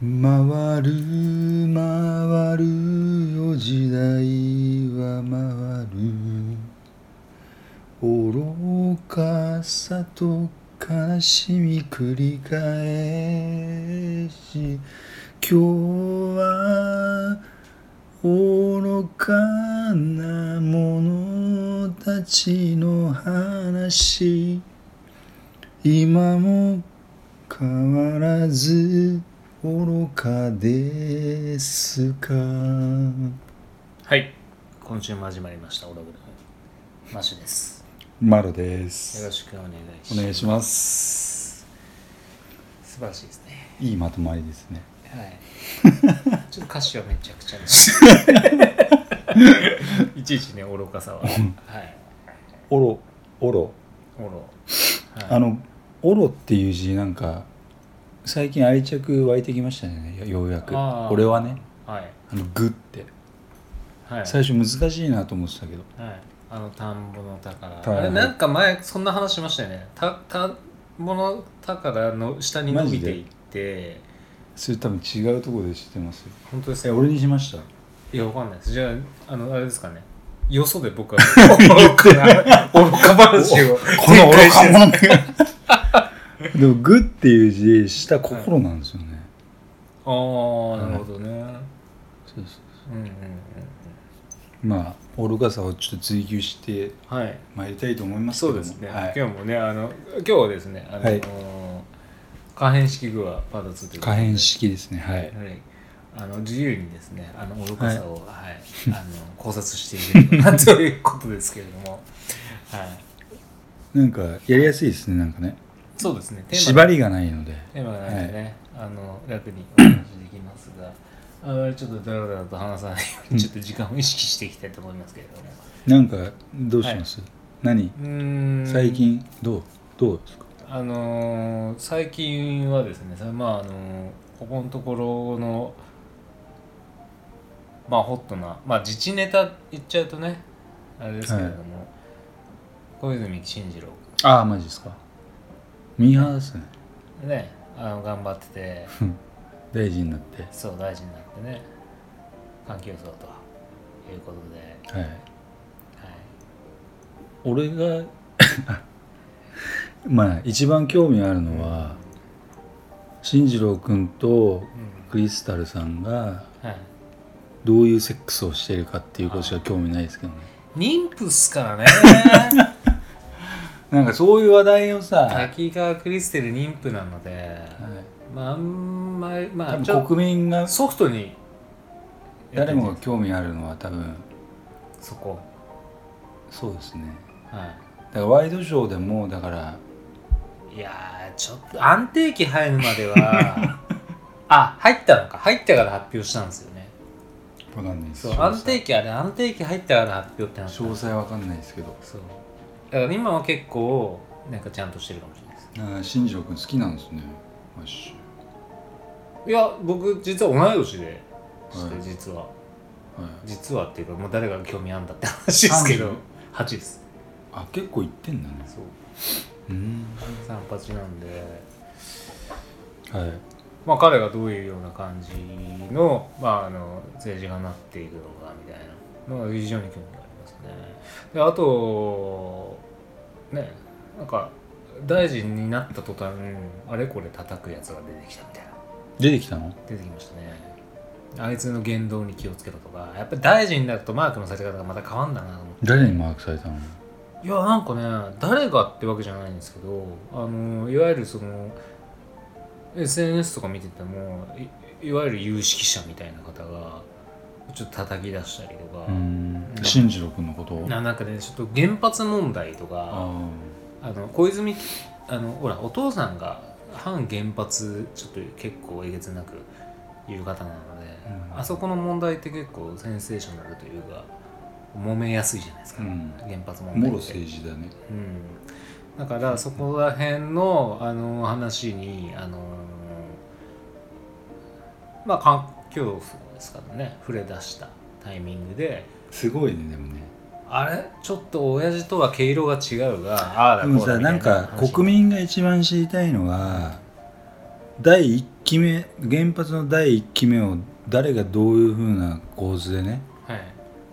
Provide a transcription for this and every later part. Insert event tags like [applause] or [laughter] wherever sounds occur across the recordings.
回る回るよ時代は回る愚かさと悲しみ繰り返し今日は愚かな者たちの話今も変わらず愚かですかはい今週も始まりましたオログラムマシュですマロでよろすしくお願いしおます願いします素晴らしいですねいいまとまりですねはい [laughs] ちょっと歌詞はめちゃくちゃですいちいちね愚かさははいオロオロ愚はいあのオロっていう字なんか最近愛着湧いてきましたねよようやくあー俺はねはいあのグってはい最初難しいなと思ってたけどはい、あの田んぼの宝田んぼあれなんか前そんな話しましたよねた田んぼの宝の下に伸びていってそれ多分違うところで知ってますよ本当ですえよ俺にしましたいやわかんないですじゃああのあれですかねよそで僕は [laughs] 愚かな愚か話をこの展愚開 [laughs] しか者てがでもグっていう字した心なんですよね、ああなるほどね、そうそううんうんうんまあ愚かさをちょっと追求してうんはいまいりたいと思いますけそどうもですね、はい、今日もねあの今日はですねあの、はい可変式具はパート2ということ可で変式ですねはい、はい、あの自由にですねあの愚かさを、はいあの考察していければなということですけれども、はい、なんかやりやすいですねなんかねそうですねテーマ縛りがないのでテーマがないのでね、あの楽にお話しできますがあのちょっとだらだらと話さないようにちょっと時間を意識していきたいと思いますけれどもなんかどうします、何うーん最近どうどうですかあのー最近はですねさまああのーここのところのまあホットなまあ自治ネタ言っちゃうとねあれですけれども、小泉進次郎ああマジですかミーハーですね君ねあの頑張って [laughs] て大事になってそう大事になってね環境層ということで、はいはい、俺が [laughs] まあ一番興味あるのは進次郎君とクリスタルさんがうんはい、どういうセックスをしているかっていうことしか興味ないですけどね妊婦っすからねなんかそういう話題をさ、 [laughs] 滝川クリステル妊婦なのではいまああんまりま多あちょっと分国民がソフトに誰もが興味あるのは多分そこそうですねはだからワイドショーでもだからいいやーちょっと安定期入るまで [laughs] はあ入ったのか入ったから発表したんですよね分かんないですそう安定期あれ安定期入ったから発表ってなった詳細わかんないですけどそうだから今は結構なんかちゃんとしてるかもしれないですああ進次郎君好きなんですねマジいや僕実は同い年でして、はい実ははい実はっていうかもう誰が興味あんだって話ですけど8ですあ結構行ってんだねそううん38なんではいまあ、彼がどういうような感じの,、まあ、あの政治家になっていくのかみたいなのが非常に興味がありますね。であとねなんか大臣になった途端あれこれ叩くやつが出てきたみたいな出てきたの出てきましたね。あいつの言動に気をつけろとかやっぱり大臣になるとマークのされ方がまた変わんだなと思って誰にマークされたのいやなんかね誰がってわけじゃないんですけどあのいわゆるその SNS とか見ててもいいわゆる有識者みたいな方がちょっと叩き出したりとか、うん進次郎君のことをななんかねちょっと原発問題とかああの小泉あのほらお父さんが反原発ちょっと結構えげつなく言う方なので、うんあそこの問題って結構センセーショナルというか揉めやすいじゃないですうか、ん原発問題って。もろ政治だねうん、だからそこら辺のあの話にあのまあ環境ですからね触れ出したタイミングですごいねでもねあれちょっと親父とは毛色が違うがああでだこもうださみたないんか話国民が一番知りたいのは第一期目原発の第1期目を誰がどういうふうな構図でねはい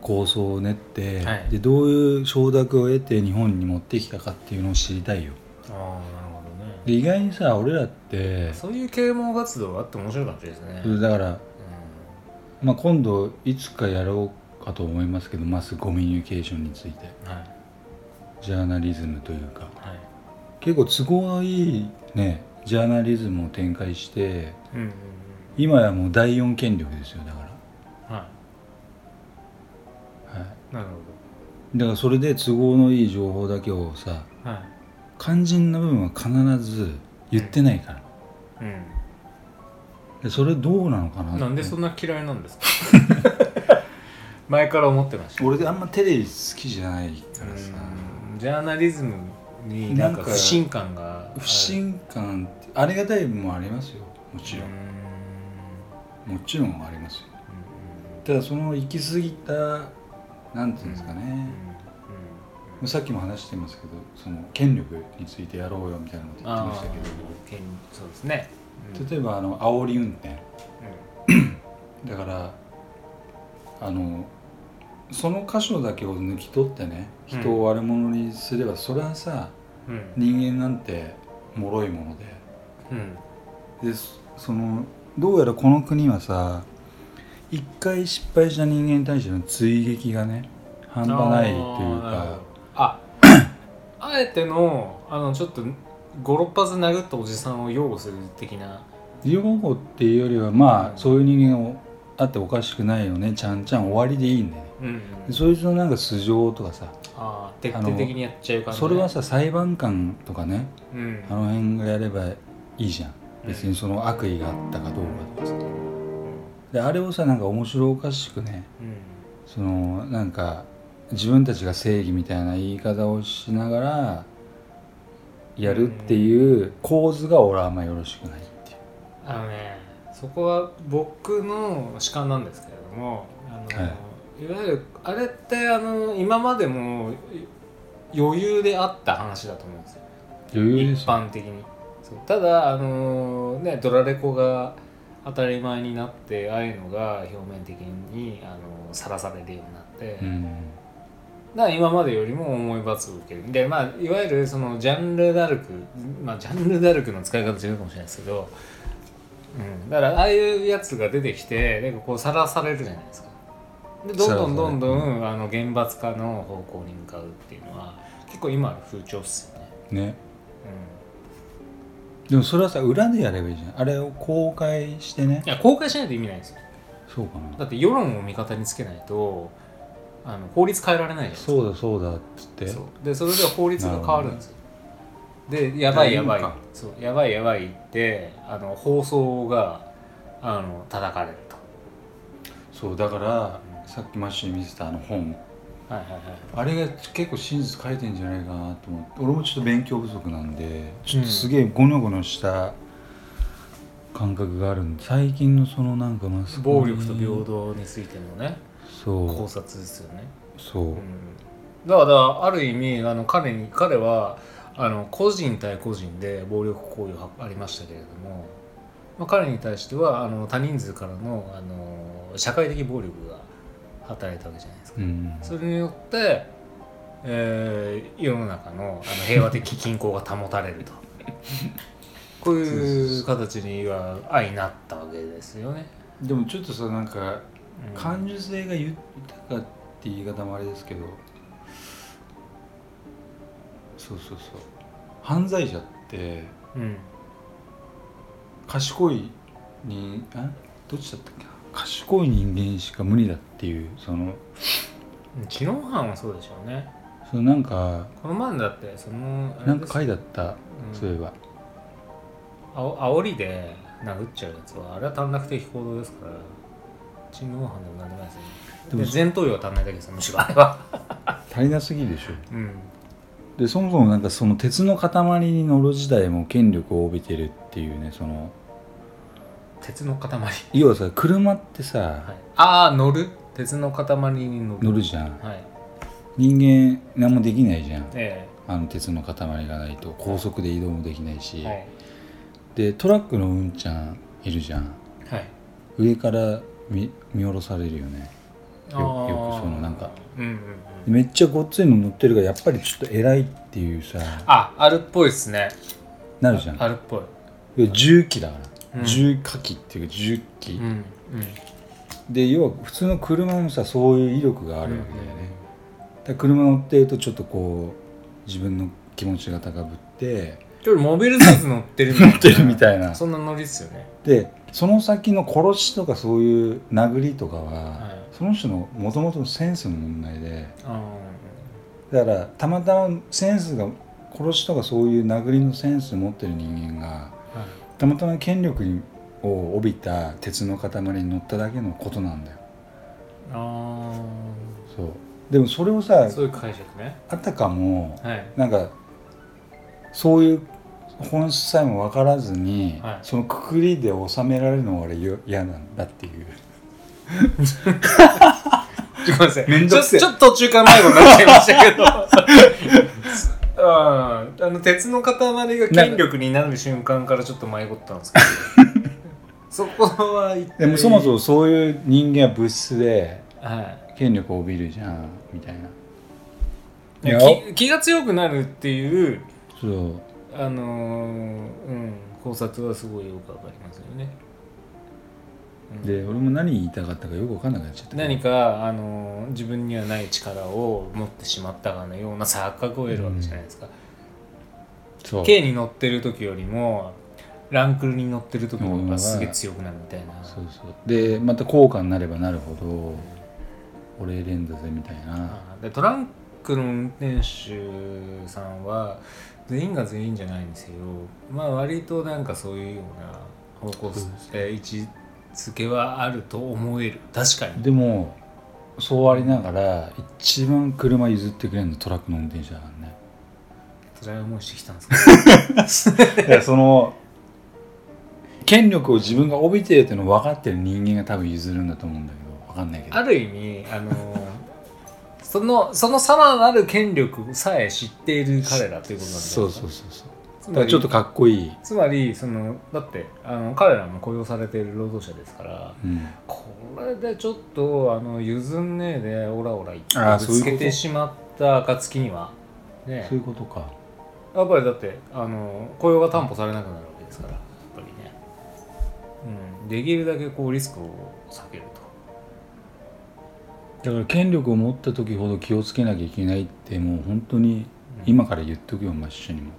構想を練って、はいでどういう承諾を得て日本に持ってきたかっていうのを知りたいよああなるほどねで意外にさ俺らってそういう啓蒙活動があって面白いかもしれないですね、うんだから、まあ、今度いつかやろうかと思いますけどマスコミュニケーションについてはいジャーナリズムというかはい結構都合のいいねジャーナリズムを展開してうんうんうん今やもう第四権力ですよだかはら、はい、いなるだからそれで都合のいい情報だけをさほどはい肝心な部分は必ず言ってないから、うでそれどうなのかなっん、てなんでそんな嫌いなんですか [laughs] 前から思ってました俺あんまテレビ好きじゃないからさうんジャーナリズムになんなんかか不信感がある不信感ってありがたい部分もありますよもちろ、うんんもちろんありますよただその行き過ぎたなんていうんですかうんね、うんさっきも話してますけどその権力についてやろうよみたいなこと言ってまあしたけあけんそうですね、うんど例えばあの煽り運転だからあのその箇所だけを抜き取ってねうん人を悪者にすれば、それはさうんうん人間なんて脆いものでうんでそそのどうやらこの国はさ一回失敗した人間に対しての追撃がね半端ないっていうかあ [coughs] ーなるほどああえてのあのちょっと56発殴ったおじさんを擁護する的な擁護っていうよりはまうあんそういう人間をあっておかしくないよねちゃんちゃん終わりでいいんだよねうんうんでそいつのなんか素性とかさあー徹底的にやっちゃう感じねそれはさ裁判官とかねうんあの辺がやればいいじゃん別にその悪意があったかどうかとかさであれをさなんか面白おかしくねうんそのなんか自分たちが正義みたいな言い方をしながらやるっていう構図が俺はあんまよろしくないっていうあのねそこは僕の主観なんですけれどもあの、、はいわゆるあれってあの今までもい余裕であった話だと思うんですよ余裕で一すよ般的にそうただあのーねドラレコが当たり前になってああいうのが表面的にあのさらされるようになって、うんだから今までよりも重い罰を受けるでまあいわゆるそのジャンルダルクまあジャンルダルクの使い方違うかもしれないですけど、うん、だからああいうやつが出てきてなんかこうさらされるじゃないですかでどんどんどんどさらさんあの厳罰化の方向に向かうっていうのは結構今の風潮っすよね、ねでもそれはさ裏でやればいいじゃんあれを公開してうねん、いや公開しないと意味ないんですよそうかなだって世論を味方につけないとあの法律変えられないじゃないですかそうだそうだっつってそうでそれで法律が変わるんですよでやばいやばいあいいのかそうやばいやばいってあの放送があの叩かれるとそうだからさっきマッシュに見せたあの本はいはいはいあれが結構真実書いてんじゃないかなと思って俺もちょっと勉強不足なんでちょっとすげえゴニョゴニョした感覚があるんで最近のそのなんかマスコミ暴力と平等についてのね考そ察ですよね、うそうう、ん、だからある意味あの彼に彼はあの個人対個人で暴力行為はありましたけれども、まあ、彼に対してはあの多人数からのあの社会的暴力が働いたわけじゃないですかうん、それによって、えー世の中のあの平和的均衡が保たれ [laughs] るとこういう形には相なったわけですよね。でもちょっとさなんかうん感受性が豊かって言い方もあれですけどそうそうそう犯罪者ってうん賢い人あどっちだったっけな賢い人間しか無理だっていうその知能犯はそうでしょうね。そのなんかこの前だってそのあれなんでかす書いてあった、うんそういえばあお煽りで殴っちゃうやつはあれは短絡的行動ですから知能犯でもなんでもないですよね。ででも前頭葉は足んないだけですよむしろあれ [laughs] は。足りなすぎるでしょうんでそもそもなんかその鉄の塊に乗る時代も権力を帯びてるっていうねその鉄の塊。はい、要はさ車ってさ、ああ乗る鉄の塊に乗る。乗るじゃんはい人間何もできないじゃんえあの鉄の塊がないと高速で移動もできないえし、はいでトラックのうんちゃんいるじゃんはい上から見見下ろされるよねあよーよくそのなんかうんうんうんめっちゃごっついの乗ってるからやっぱりちょっと偉いっていうさああるっぽいですねなるじゃんあるっぽいいや重機だかうらん重火器っていうか重機、うんうんで要は普通の車もさそういう威力があるわけだよね、だから車乗ってるとちょっとこう自分の気持ちが高ぶって [laughs] ちょっとモビルスーツ乗ってるみたいな乗ってるみたいなそんなノリっすよねでその先の殺しとかそういう殴りとかは、はいその人のもともとのセンスの問題であだからたまたまセンスが殺しとかそういう殴りのセンスを持ってる人間がーはいたまたま権力を帯びた鉄の塊に乗っただけのことなんだよあそうでもそれをさーそういう解釈ねあたかもはいなんかそういう本質さえも分からずに、はいそのくくりで収められるのは俺よ嫌なんだっていうちょっとごめんなさいめんどくせえちょちょっと途中から迷子になっちゃいま [laughs] したけどあーあの鉄の塊が権力になる瞬間からちょっと迷子った [laughs] んですけどそこは一体でもそもそもそういう人間は物質ではい権力を帯びるじゃんみたいないいやや気気が強くなるっていうそうあのーうん考察はすごいよくわかりますよね、うんで俺も何言いたかったかよく分かんなくなっちゃった何か、あの自分にはない力を持ってしまったかのような錯覚を得るわけじゃないですか、そう K に乗ってる時よりもランクルに乗ってる時のう方んがすげえ強くなるみたいな、そうそうでまた高価になればなるほど俺連打ぜみたいなあーでトランクの運転手さんは全員が全員じゃないんですよまあ割となんかそういうような方向そうえー位置づけはあると思える確かにでもそうありながら一番車譲ってくれるのトラックの運転手だ [laughs] からね辛い思いしてきたんですかだからその権力を自分が帯びてるっていうのを分かってる人間が多分譲るんだと思うんだけど分かんないけどある意味あのーそのそのさらなる権力さえ知っている彼らということなんだそよねうそうそうそうつだまからりちょっとかっこいい、つまりそのだってあの彼らも雇用されている労働者ですからうん、これでちょっとあの譲んねえでオラオラ言あっあてそうぶいうことつけてしまった暁にはねそういうことかやっぱりだってあの雇用が担保されなくなるわけですからやっぱりね、うん、できるだけこうリスクを避けるとだから権力を持った時ほど気をつけなきゃいけないってもう本当にうん今から言っとくよマッシュにも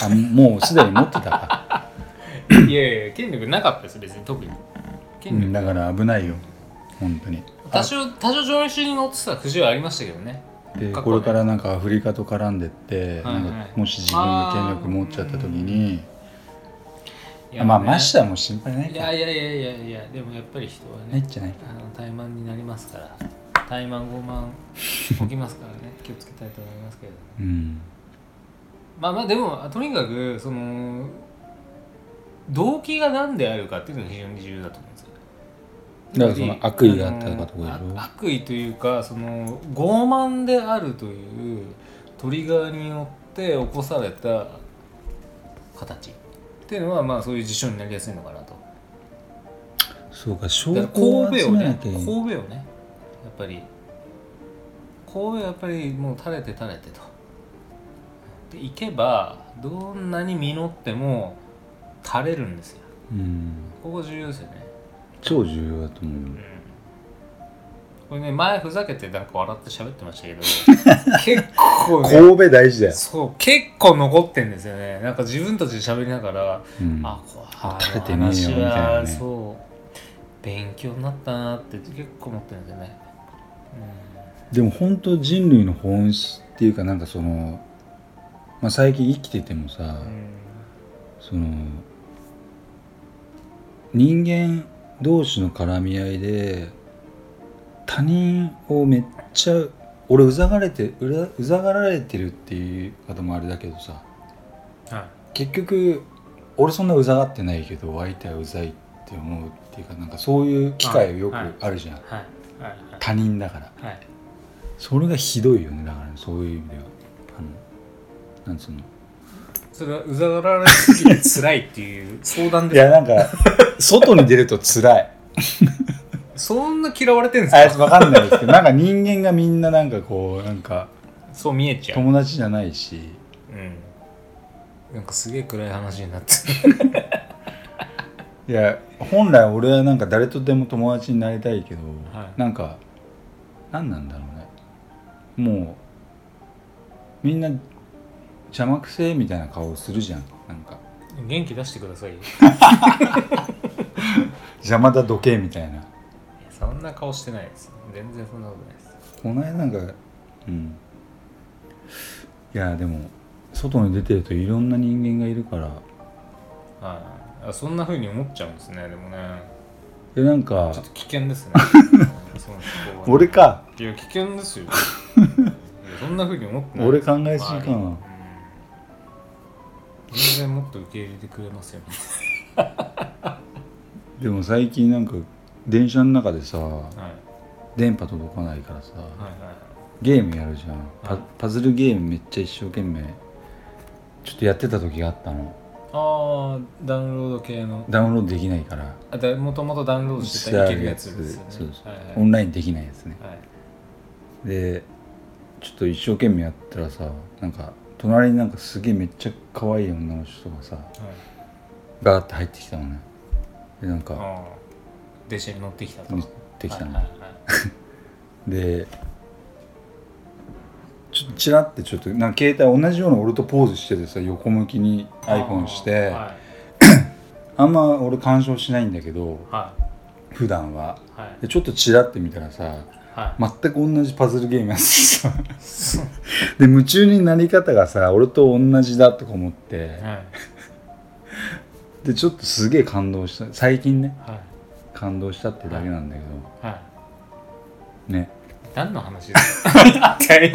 あもうすでに持ってた [laughs] か [coughs] いやいや権力なかったです別に特にう権んだ力から危ないよ本当に多少多少上司に乗ってたくじはありましたけどねで過去ねこれからなんかアフリカと絡んでって、はいはいなんかもし自分が権力持っちゃった時にいやまあねマッシュはもう心配ないいかやらいやいやいやいやでもやっぱり人はないねっちゃないあの怠慢になりますから怠慢傲慢起きますからね気をつけたいと思いますけれどもうんまあまあでもとにかくその動機が何であるかっていうのが非常に重要だと思うんですよだからその悪意があったとかってことでしあょのあ悪意というかその傲慢であるというトリガーによって起こされた形っていうのはまあそういう事象になりやすいのかなとそうか証だから拠を神戸集をめなねきゃいけ神戸ないをねやっぱり神戸はやっぱりもう垂れて垂れてとで行けばどんなに実っても垂れるんですようんここ重要ですよね超重要だと思うようんこれね前ふざけてなんか笑って喋ってましたけ [laughs] ど結構ね神戸大事だよ、そう結構残ってんですよねなんか自分たちで喋りながらうんあこあ垂れてあねえよの話はみたいなねそう勉強になったなって結構思ってるんですよね、でも本当人類の本質っていうかなんかその、まあ、最近生きててもさ、うんうんその人間同士の絡み合いで他人をめっちゃ俺うざがれてうらうざがられてるっていう方もあれだけどさは結局俺そんなうざがってないけど相手はうざいって思うっていうかなんかそういう機会よくはいあるじゃん、いはいはい他人だからはいそれがひどいよねだから、そういう意味ではあのなんつうのそれはうざがられすぎて辛いっていう相談いですやなんか [laughs] 外に出ると辛いそんな嫌われてんすあいつか分かんないですけどなんか人間がみんななんかこうなんかそう見えちゃう友達じゃないしうんなんかすげえ暗い話になっていや本来俺はなんか誰とでも友達になりたいけど、はいなんか何なんだろうねもうみんな邪魔くせえみたいな顔するじゃんなんか元気出してくださいよ邪魔だどけみたいなそんな顔してないです全然そんなことないですこの間なんかうんいやでも外に出てるといろんな人間がいるからはいあそんな風に思っちゃうんですねでもねでなんかちょっと危 [laughs] 険ですねその思考は俺かいや危 [laughs] 険ですよいやそんな風に思ってない俺考えすぎか周りうんな全然もっと受け入れてくれますよねでも最近なんか電車の中でさはい電波届かないからさはいはいはいゲームやるじゃんパはいパズルゲームめっちゃ一生懸命ちょっとやってた時があったのああダウンロード系のダウンロードできないからあだもともとダウンロードしてたらいけるやつですよねそうそうはいはいオンラインできないやつねはいでちょっと一生懸命やったらさなんか隣になんかすげえめっちゃ可愛い女の人がさはいガーって入ってきたのねでなんかああ電車に乗ってきたと乗ってきたの、はいはいはいでちょっとチラってちょっとなんか携帯同じような俺とポーズしててさ横向きに iPhone してあ,、あんま俺干渉しないんだけどあは普段はいはいでちょっとチラって見たらさはい全く同じパズルゲームやってさ [laughs] そうで夢中になり方がさ俺と同じだとか思ってはいでちょっとすげえ感動した最近ねはい感動したってだけなんだけど、はいね何の話ですか [laughs] 一体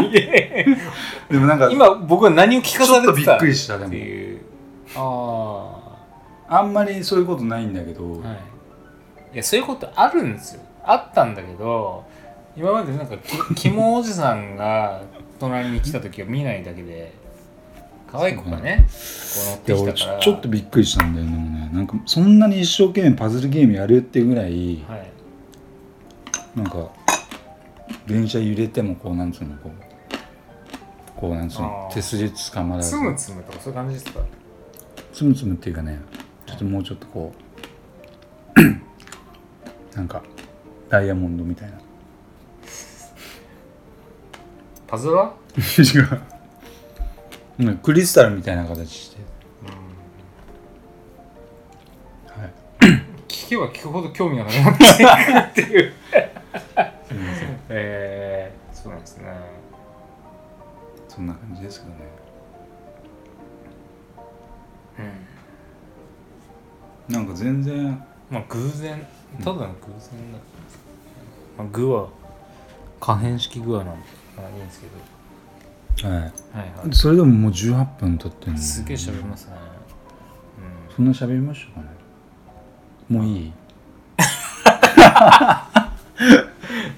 でもなんか今僕は何を聞かちさょっれてたとびっくりしたでってもいうああんまりそういうことないんだけど、あはいいやそういうことあるんですよあったんだけど今までなんか [laughs] きキモおじさんが隣に来た時は見ないだけで可愛い子がねいやこう乗俺ってきちたかょらちょっとびっくりしたんだよねでもねなんかそんなに一生懸命パズルゲームやるっていうぐらいはいなんか電車揺れてもこうなんつうのこうこうなんつうのあー手すりつかまらずつむつむとかそういう感じですかつむつむっていうかねちょっともうちょっ [clears throat] とこうなんかダイヤモンドみたい [laughs] なパズドラ違うなんかクリスタルみたいな形してはい [coughs] 聞けば聞くほど興味がなくなってきてるっていうすみませんえー、そうなんですねそんな感じですけどねうんなんか全然まあ偶然ただの偶然だ、まあ、具は可変式具はなんでまあいいんですけどはいはいはそれでももう18分経ってるのいすげえ喋りますねそんな喋りましたかねもういい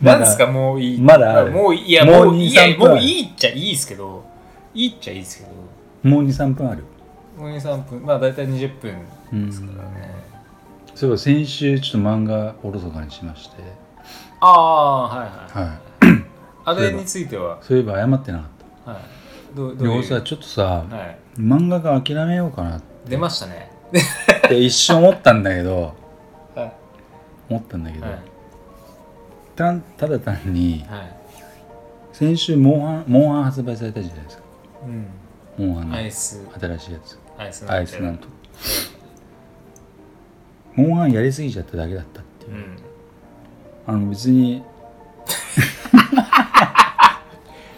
うん、なんですかもういいまだあるもういいやもうもういい2-3や分もういいっちゃいいですけどいいっちゃいいですけどもう23分あるもう23分まあ大体20分うんですからね、そういえば先週ちょっと漫画おろそかにしましてああはいはい、はあれについては、いそういえば謝ってなかっはい、どうたどうい要うさちょっとさはい、漫画が諦めようかなっ出ましたね、て一瞬思ったんだけ [laughs] どはい思ったんだけど、はいたんただ単にはい先週モンハンモンハン発売されたじゃないですかうん、モンハンのアイス新しいやつアイスアイスなんとモンハンやりすぎちゃっただけだったっていううんあの別に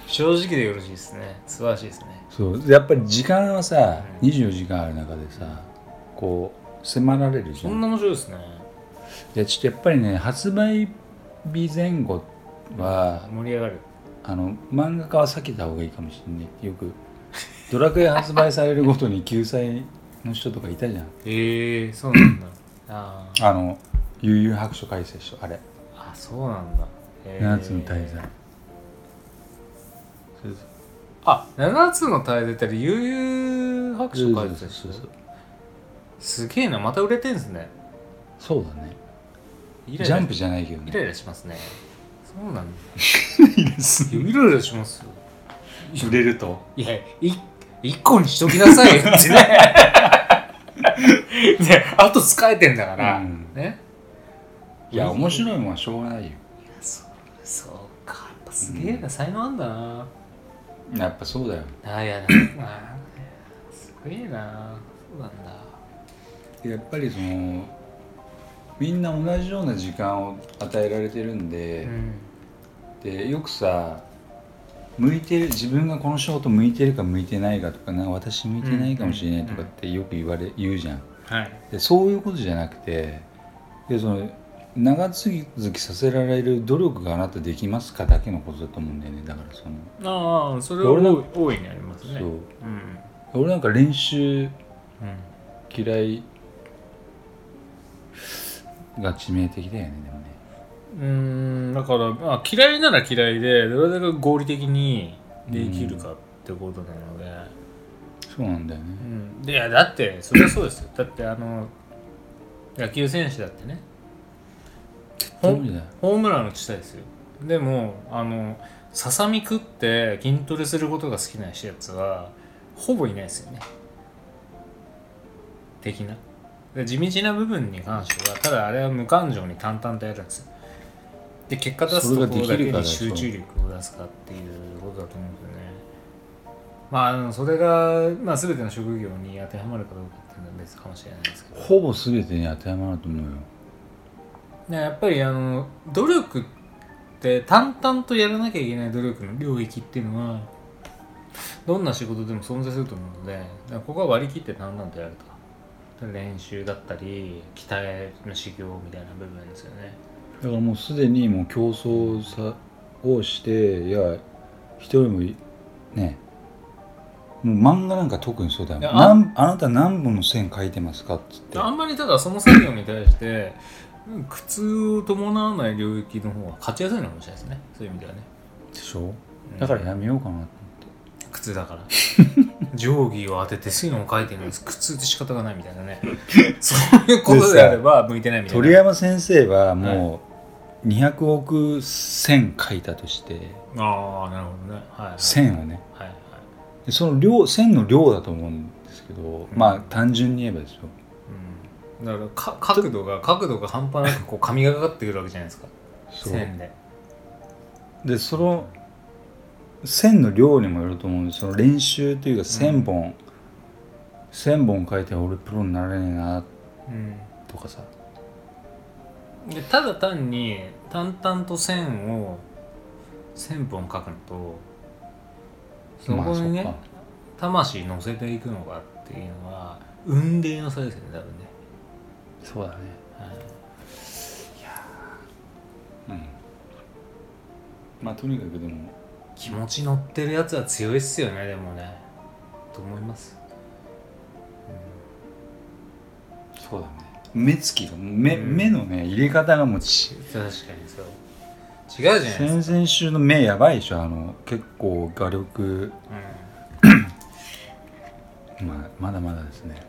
正直でよろしいですね素晴らしいですねそうやっぱり時間はさうん24時間ある中でさこう迫られるじそゃんんな面白いですねいやちょっとやっぱりね発売日前後は盛り上がるあの漫画家は避けた方がいいかもしれないよく「ドラクエ」発売されるごとに救済の人とかいたじゃんええそうなんだあ [laughs] ーあの「悠々白書改正書」あれあそうなんだ、えー7つの大罪あ7つの大罪ってあれ悠々白書書いてたそうそうそうすげえなまた売れてんすねそうだねイジライラャンプじゃないけどイねライラしますねそうなんだいい [laughs] ですよイライラしますよ触れるといやい一個にしときなさいよっ [laughs] てねねあと使えてんだから、うんねいや面白いもんはしょうがないよそうそうかやっぱすげえな、才能あんだなやっぱそうだよあいやなあーすごいなそうなんだやっぱりそのみんな同じような時間を与えられてるんで、うんでよくさ向いてる自分がこの仕事向いてるか向いてないかとかな私向いてないかもしれないとかってよく言われ言うじゃんはいでそういうことじゃなくてでその長続きさせられる努力があなたできますかだけのことだと思うんだよねだからその、ああそれ俺なは大いにありますねそううん俺なんか練習うん嫌いが致命的だよねでもねうーんだから、まあ、嫌いなら嫌いでどれだけ合理的にできるかってことなので、そうなんだよねうんでいやだってそれはそうですよだってあの野球選手だってねほ無理だよホームラン打ちたいですよでもあのささみ食って筋トレすることが好きな人やつはほぼいないですよね的なで地道な部分に関してはただあれは無感情に淡々とやるんですよで結果出すところそれがだでけきるからでにしょ集中力を出すかっていうことだと思うんですよねまああのそれが、まあ、全ての職業に当てはまるかどうかっていうのは別かもしれないですけどほぼ全てに当てはまると思うよねやっぱりあの努力って淡々とやらなきゃいけない努力の領域っていうのはどんな仕事でも存在すると思うのでだからここは割り切って淡々とやると練習だったり鍛えの修行みたいな部分ですよねだからもうすでにもう競争さをしていや一人もいねもう漫画なんか特にそうだよいやあなんあなた何本の線描いてますかっつってあんまりただその作業に対してうん苦痛を伴わない領域の方が勝ちやすいのかもしれないですねそういう意味ではねでしょうんだからやめようかなって苦痛だから定規を当てて水のを書いてるんです苦痛で仕方がないみたいなねそういうことであれば向いてないみたいな鳥山先生はもう200億線描いたとしてああなるほどねはいはい線をねはいはいでその量線の量だと思うんですけどうんまあ単純に言えばですようんだからか角度が角度が半端なくこう神がかかってくるわけじゃないですかそう線ででその線の量にもよると思うんですその練習というか1,000本、1,000本書いて俺プロになれねえなうんとかさでただ単に淡々と線を線本書くのとそこにね、まあそっか魂乗せていくのかっていうのは運命の差ですよね多分ね、そうだねはういんまあとにかくでも気持ち乗ってるやつは強いっすよねでもねと思いますそうだね目つきが目,、うん目のね入れ方がもうち確かにそう違うじゃないですか、先々週の目やばいでしょあの結構画力、まあ、まだまだですね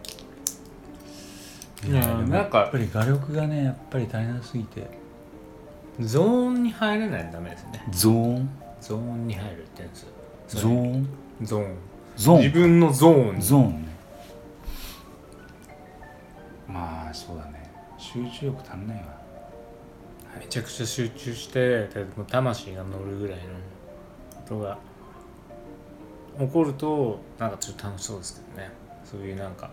いやでもなんかやっぱり画力がねやっぱり足りなすぎてうん、ゾーンに入れないとダメですねゾーンゾーンに入るって言うんですよゾーンゾーンゾーン自分のゾーンにゾーンねまあそうだね集中力足んないわめちゃくちゃ集中してでもう魂が乗るぐらいのことが起こるとなんかちょっと楽しそうですけどねそういうなんか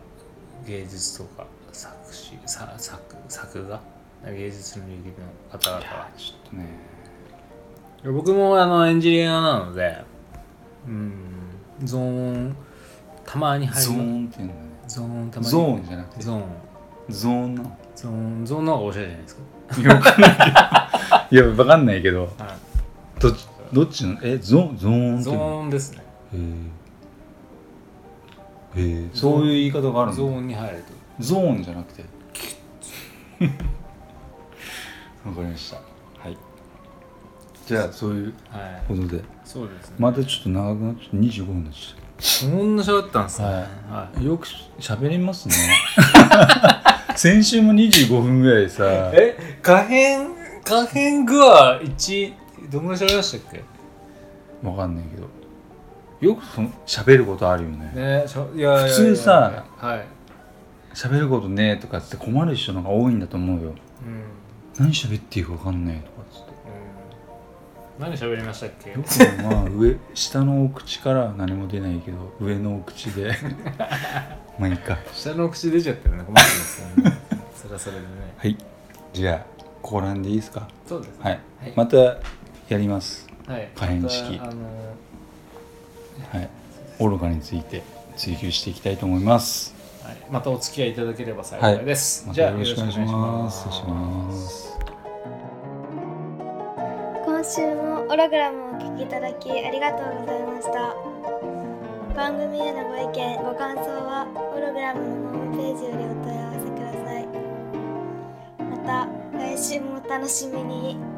芸術とか作詞さ作作画芸術の領域の方々はちょっとね僕もあのエンジニアなのでうんゾーンたまに入るゾーンっていうのがねゾーンたまにゾーンじゃなくてゾーンゾーンなのゾーンゾーンの方がおしゃれじゃないですかいやわかんないけどはどっちどっちのえゾーンゾーンってゾいうのーンですねへえへえそういう言い方があるゾのーンに入るとゾーンじゃなくて [laughs] わかりましたはいじゃあそういうはいことでそうですね。またちょっと長くなっちゃって25分になっちゃったそんな喋ったんですね。はいはよくしゃべりますね [laughs] 先週も25分ぐらいさえ可変可変具合1どんぐらい喋りましたっけわかんないけどよくその喋ることあるよねねしょいやいやいや普通さはい、喋ることねとかっつって困る人の方が多いんだと思うようんうん、何喋っていいかわかんないとかっつって何喋りましたっけよくまあ上下のお口からは何も出ないけど上のお口で [laughs] まあいいか下の口出ちゃってるね困ってます [laughs] よねそれはそれでねはいじゃあここら辺でいいですかそうですねはいはいまたやりますはい可変式またあのはい愚かについて追求していきたいと思いますはい、またお付き合いいただければ幸いです、またじゃあよろしくお願いしますよろしく失礼しまお願いしますす今週もオログラムをお聞きいただきありがとうございました番組へのご意見ご感想はオログラムのホームページよりお問い合わせくださいまた来週もお楽しみに